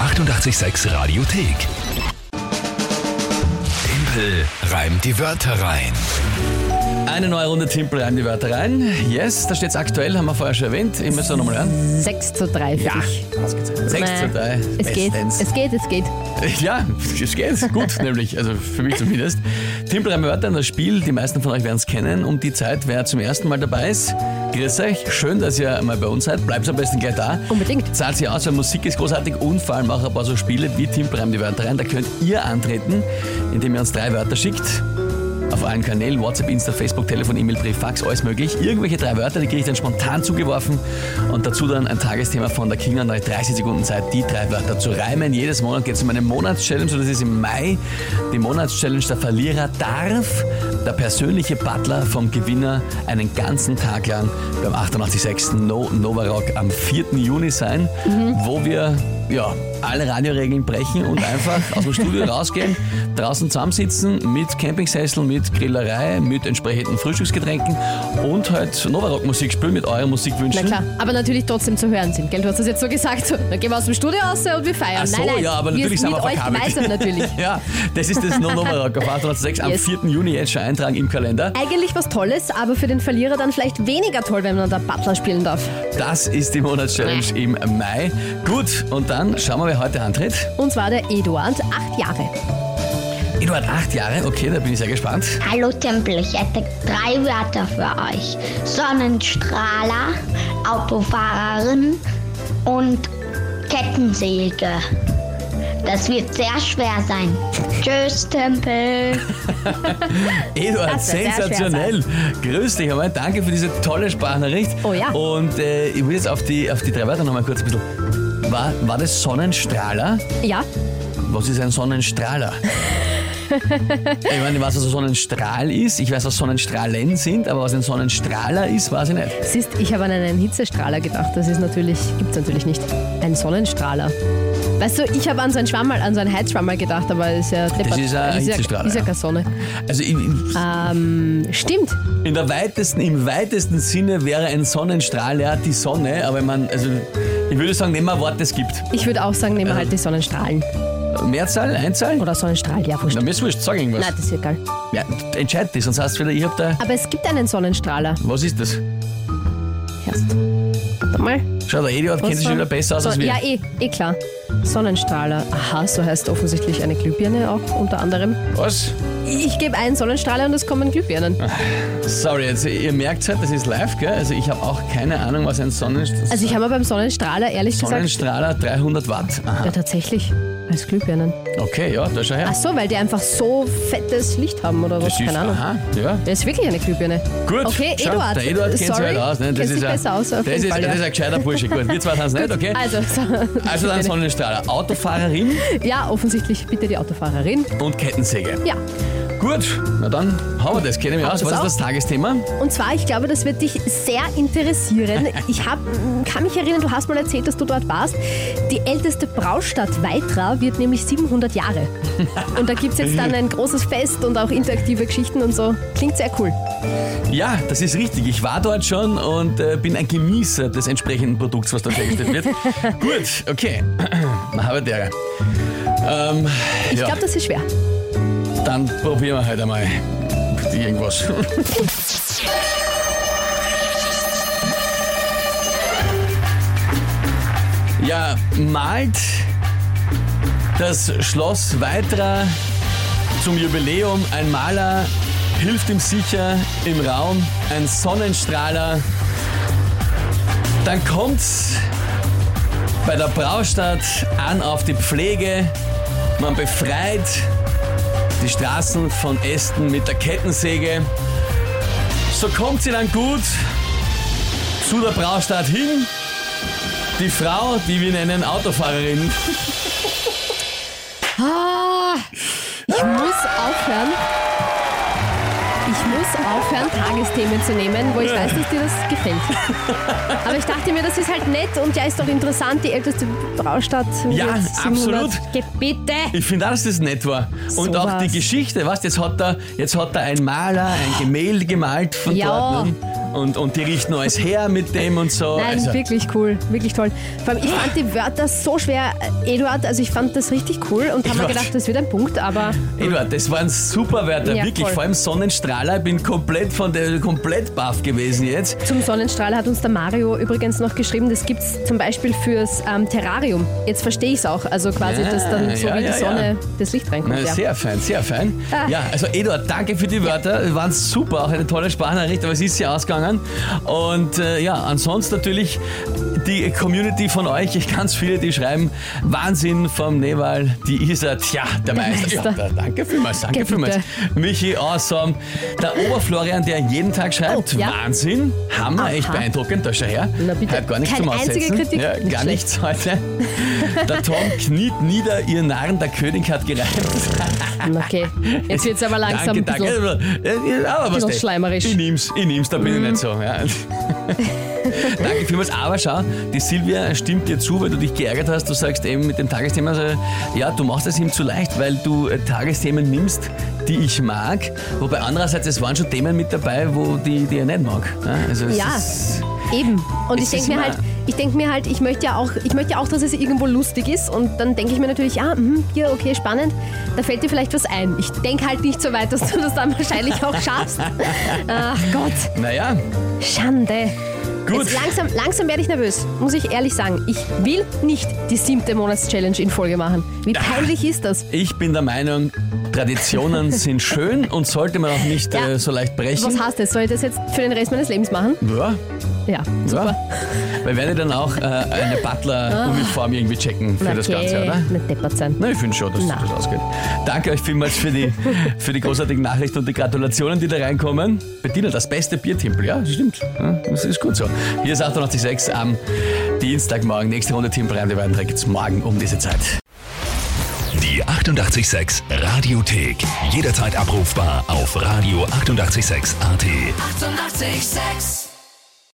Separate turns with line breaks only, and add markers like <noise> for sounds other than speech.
886 Radiothek. Tempel reimt die Wörter rein.
Eine neue Runde Timpel rein die Wörter rein. Yes, da steht es aktuell, haben wir vorher schon erwähnt. Ich muss es nochmal hören.
6 zu 30.
ausgezeichnet. 6 zu
Nein.
3.
Es geht,
Bestens.
es geht, es geht.
Ja, es geht
<laughs>
gut, nämlich, also für mich zumindest. Timpel reimt die Wörter rein, das Spiel, die meisten von euch werden es kennen. Um die Zeit, wer zum ersten Mal dabei ist, grüß euch. Schön, dass ihr mal bei uns seid. Bleibt am besten gleich da.
Unbedingt.
Zahlt sie aus, weil Musik ist großartig und vor allem auch ein paar so Spiele wie Timpel reimt die Wörter rein. Da könnt ihr antreten, indem ihr uns drei Wörter schickt. Auf allen Kanälen, WhatsApp, Insta, Facebook, Telefon, E-Mail, Brief, Fax, alles möglich. Irgendwelche drei Wörter, die kriege ich dann spontan zugeworfen und dazu dann ein Tagesthema von der Kinga und dann 30 Sekunden Zeit, die drei Wörter zu reimen. Jedes Monat geht es um eine Monatschallenge und das ist im Mai. Die Monatschallenge, der Verlierer darf der persönliche Butler vom Gewinner einen ganzen Tag lang beim 88.6. No Nova Rock am 4. Juni sein,
Mhm.
wo wir ja, alle Radioregeln brechen und einfach aus dem
<laughs>
Studio rausgehen, draußen zusammensitzen mit Campingsessel, mit Grillerei, mit entsprechenden Frühstücksgetränken und halt Nova Rock Musik spielen mit euren
Na
Musikwünschen.
klar, aber natürlich trotzdem zu hören sind, gell? Du hast das jetzt so gesagt, <laughs> so, dann gehen wir aus dem Studio raus und wir feiern.
Ach so,
nein, nein,
ja, aber
wir
natürlich sind
mit
wir
euch
verkabelt.
gemeinsam natürlich.
<laughs> Ja, das ist das No Nova Rock
<laughs>
auf 806 am
Yes.
4. Juni jetzt schon eintragen im Kalender.
Eigentlich was Tolles, aber für den Verlierer dann vielleicht weniger toll, wenn man da Butler spielen darf.
Das ist die Monatschallenge im Mai. Gut, und dann schauen wir, wer heute antritt.
Und zwar der Eduard, acht Jahre.
Eduard, acht Jahre. Okay, da bin ich sehr gespannt.
Hallo Tempel, ich hätte drei Wörter für euch. Sonnenstrahler, Autofahrerin und Kettensäge. Das wird sehr schwer sein. Tschüss, Tempel.
Eduard,
Das wird sehr schwer
sensationell. Grüß dich einmal. Danke für diese tolle Sprachnachricht.
Oh ja.
Und äh, ich will jetzt auf die, auf die drei Wörter nochmal kurz ein bisschen. War, war das Sonnenstrahler?
Ja,
Was ist ein
<laughs>
Sonnenstrahler? ich meine, ich weiß, was ein Sonnenstrahl ist. Ich weiß, was Sonnenstrahlen sind. Aber was ein Sonnenstrahler ist, weiß ich nicht.
siehst, ich habe an einen Hitzestrahler gedacht. Das ist natürlich, gibt's natürlich nicht. Ein Sonnenstrahler. Weißt du, ich habe an so einen Schwammerl, an so einen Heizschwammerl gedacht, aber ist ja deppert.
ist ein
ist ja,
Hitzestrahler,
ist ja
ja.
keine Sonne.
Also ich,
Ähm, stimmt.
in der weitesten, im weitesten Sinne wäre ein Sonnenstrahler die Sonne. Aber ich meine, also, ich würde sagen, nehmen wir ein Wort, das gibt.
Ich würde auch sagen, nehmen wir halt die Sonnenstrahlen.
Mehrzahl, Einzahl?
Oder Sonnenstrahl, ja, wurscht.
Na, mir ist wurscht, sag irgendwas.
Nein, das ist egal.
Ja, entscheid das, sonst heißt es wieder, ich hab da.
Aber es gibt einen Sonnenstrahler.
Was ist das?
Erst. Warte mal.
Schau, der Idiot kennt sich schon wieder besser aus als wir.
Ja, eh, eh klar. Sonnenstrahler. Aha, so heißt offensichtlich eine Glühbirne auch unter anderem.
Was?
Ich gebe einen Sonnenstrahler und es kommen Glühbirnen.
Sorry, also ihr merkt halt, das ist live, gell? Also ich habe auch keine Ahnung, was ein Sonnenstrahler
Also ich habe beim Sonnenstrahler ehrlich gesagt.
Sonnenstrahler 300 Watt. Aha.
Ja, tatsächlich. Als Glühbirnen.
Okay, ja, da schau her.
Ach so, weil die einfach so fettes Licht haben oder was?
Das ist-
Keine Ahnung.
Aha, ja.
Das ist wirklich eine Glühbirne.
Gut.
Okay,
schau,
Eduard.
Der Eduard kennt sich
sorry,
halt aus. Ne?
kennt
Das
sich
ist ein-
besser aus. Auf
das,
jeden
ist,
Fall, ja.
das ist ein gescheiter Bursche. Gut, wir
<laughs>
zwei haben es nicht, okay?
Also, so,
Also
<laughs>
dann
Glühbirne.
Sonnenstrahler. Autofahrerin
Ja, offensichtlich bitte die Autofahrerin.
und Kettensäge.
Ja,
Gut, na dann haben wir das. Kenne mich
Haben
aus.
wir
Was
das
ist das Tagesthema?
Und zwar, ich glaube, das wird dich sehr interessieren. Ich hab, kann mich erinnern, du hast mal erzählt, dass du dort warst. Die älteste Braustadt Weitra wird nämlich 700 Jahre. Und da gibt es jetzt dann ein großes Fest und auch interaktive Geschichten und so. Klingt sehr cool.
Ja, das ist richtig. Ich war dort schon und äh, bin ein Genießer des entsprechenden Produkts, was da hergestellt
<laughs>
wird. Gut, okay. <clears throat> Na, habe der. Ähm,
Ich
ja,
glaube, das ist schwer.
dann probieren wir halt einmal irgendwas. ja, malt das Schloss Weitra zum Jubiläum. Ein Maler hilft ihm sicher im Raum. Ein Sonnenstrahler. Dann kommt's bei der Braustadt an auf die Pflege. Man befreit die Straßen von Ästen mit der Kettensäge. So kommt sie dann gut zu der Braustadt hin. Die Frau, die wir nennen Autofahrerin.
Ah, ich muss aufhören. Ich muss aufhören, Tagesthemen zu nehmen, wo ich weiß, dass dir das gefällt. Aber ich dachte mir, das ist halt nett und ja, ist doch interessant, die älteste Braustadt.
Ja,
wird 700.
absolut.
Ge- Bitte!
Ich finde auch, dass das nett war. Und
So
auch die
was.
Geschichte, was? Jetzt hat da, jetzt hat da ein Maler ein Gemälde gemalt von
Ja,
dort. ne? und, und die richten alles her mit dem und so.
Nein,
also,
wirklich cool, wirklich toll. Vor allem, ich fand die Wörter so schwer, äh, Eduard, also ich fand das richtig cool und habe mir
Eduard.
gedacht, das wird ein Punkt, aber
Eduard, das waren super Wörter,
Ja,
wirklich.
voll.
Vor allem Sonnenstrahler, ich bin komplett von der komplett baff gewesen jetzt.
zum Sonnenstrahl hat uns der Mario übrigens noch geschrieben, das gibt es zum Beispiel fürs ähm, Terrarium. Jetzt verstehe ich es auch, also quasi,
Ja,
dass dann so
ja,
wie die
ja,
Sonne
ja.
das Licht reinkommt.
Na,
Ja.
Sehr fein, sehr fein.
Ah.
Ja, also Eduard, danke für die Wörter. Die Waren super, auch eine tolle Sprachnachricht, aber es ist ja ausgegangen. Und äh, ja, ansonsten natürlich die Community von euch, ganz viele, die schreiben, Wahnsinn vom Neval, die Isa, tja, der Meister.
Meister.
Ja, da, danke vielmals, danke
Gell,
vielmals.
bitte.
Michi, awesome. Der Oberflorian, der jeden Tag schreibt,
Oh, ja.
Wahnsinn, Hammer,
Aha.
echt beeindruckend, da schau her.
Na bitte.
Hat gar nichts
Keine
zum Aussetzen.
einzige Kritik.
Ja,
Nicht
gar
schlecht.
nichts heute. Der Tom kniet nieder, ihr Narren, der König hat gereimt.
Hm, Okay, jetzt wird es aber langsam ein bisschen.
Danke, danke. Aber was
bisschen
denn?
schleimerisch. Mhm.
Ich nehm's, ich nehm's, da bin ich nicht so. Ja. <laughs> Danke vielmals. Aber schau, die Silvia stimmt dir zu, weil du dich geärgert hast. Du sagst eben mit dem Tagesthema, also, ja, du machst es ihm zu leicht, weil du äh, Tagesthemen nimmst, die ich mag. Wobei andererseits, es waren schon Themen mit dabei, wo die, die er nicht mag. Ja, also es
Ja.
ist,
Eben. Und
Es
ich denke
ist
mir
immer-
halt, ich denke mir halt, ich möchte ja auch, ich möchte ja auch, dass es irgendwo lustig ist. Und dann denke ich mir natürlich, ah, mhm, hier, okay, spannend. Da fällt dir vielleicht was ein. Ich denke halt nicht so weit, dass du das dann <laughs> wahrscheinlich auch schaffst. Ach Gott,
naja,
Schande.
gut.
Jetzt Also langsam, langsam werde ich nervös, muss ich ehrlich sagen. Ich will nicht die siebte Monatschallenge in Folge machen. Wie peinlich ist das?
Ich bin der Meinung,
<laughs>
Traditionen sind schön und sollte man auch nicht
Ja.
äh, so leicht brechen.
Was heißt das? Soll ich das jetzt für den Rest meines Lebens machen?
ja.
Ja, super.
Ja. Weil werde ich dann auch äh, eine Butler-Uniform irgendwie checken für das
Ah. okay.
Ganze, oder?
Nicht deppert sein.
Na, ich finde schon, dass
Na.
das ausgeht. Danke euch vielmals für die, für die großartigen Nachrichten und die Gratulationen, die da reinkommen. Bettina, das beste Biertimpel, ja, das stimmt. Ja, das ist gut so. Hier ist 886 am Dienstagmorgen. Nächste Runde Timpel rein, die beiden gibt's morgen um diese Zeit.
Die 886 Radiothek. Jederzeit abrufbar auf radio886.at. 886!
886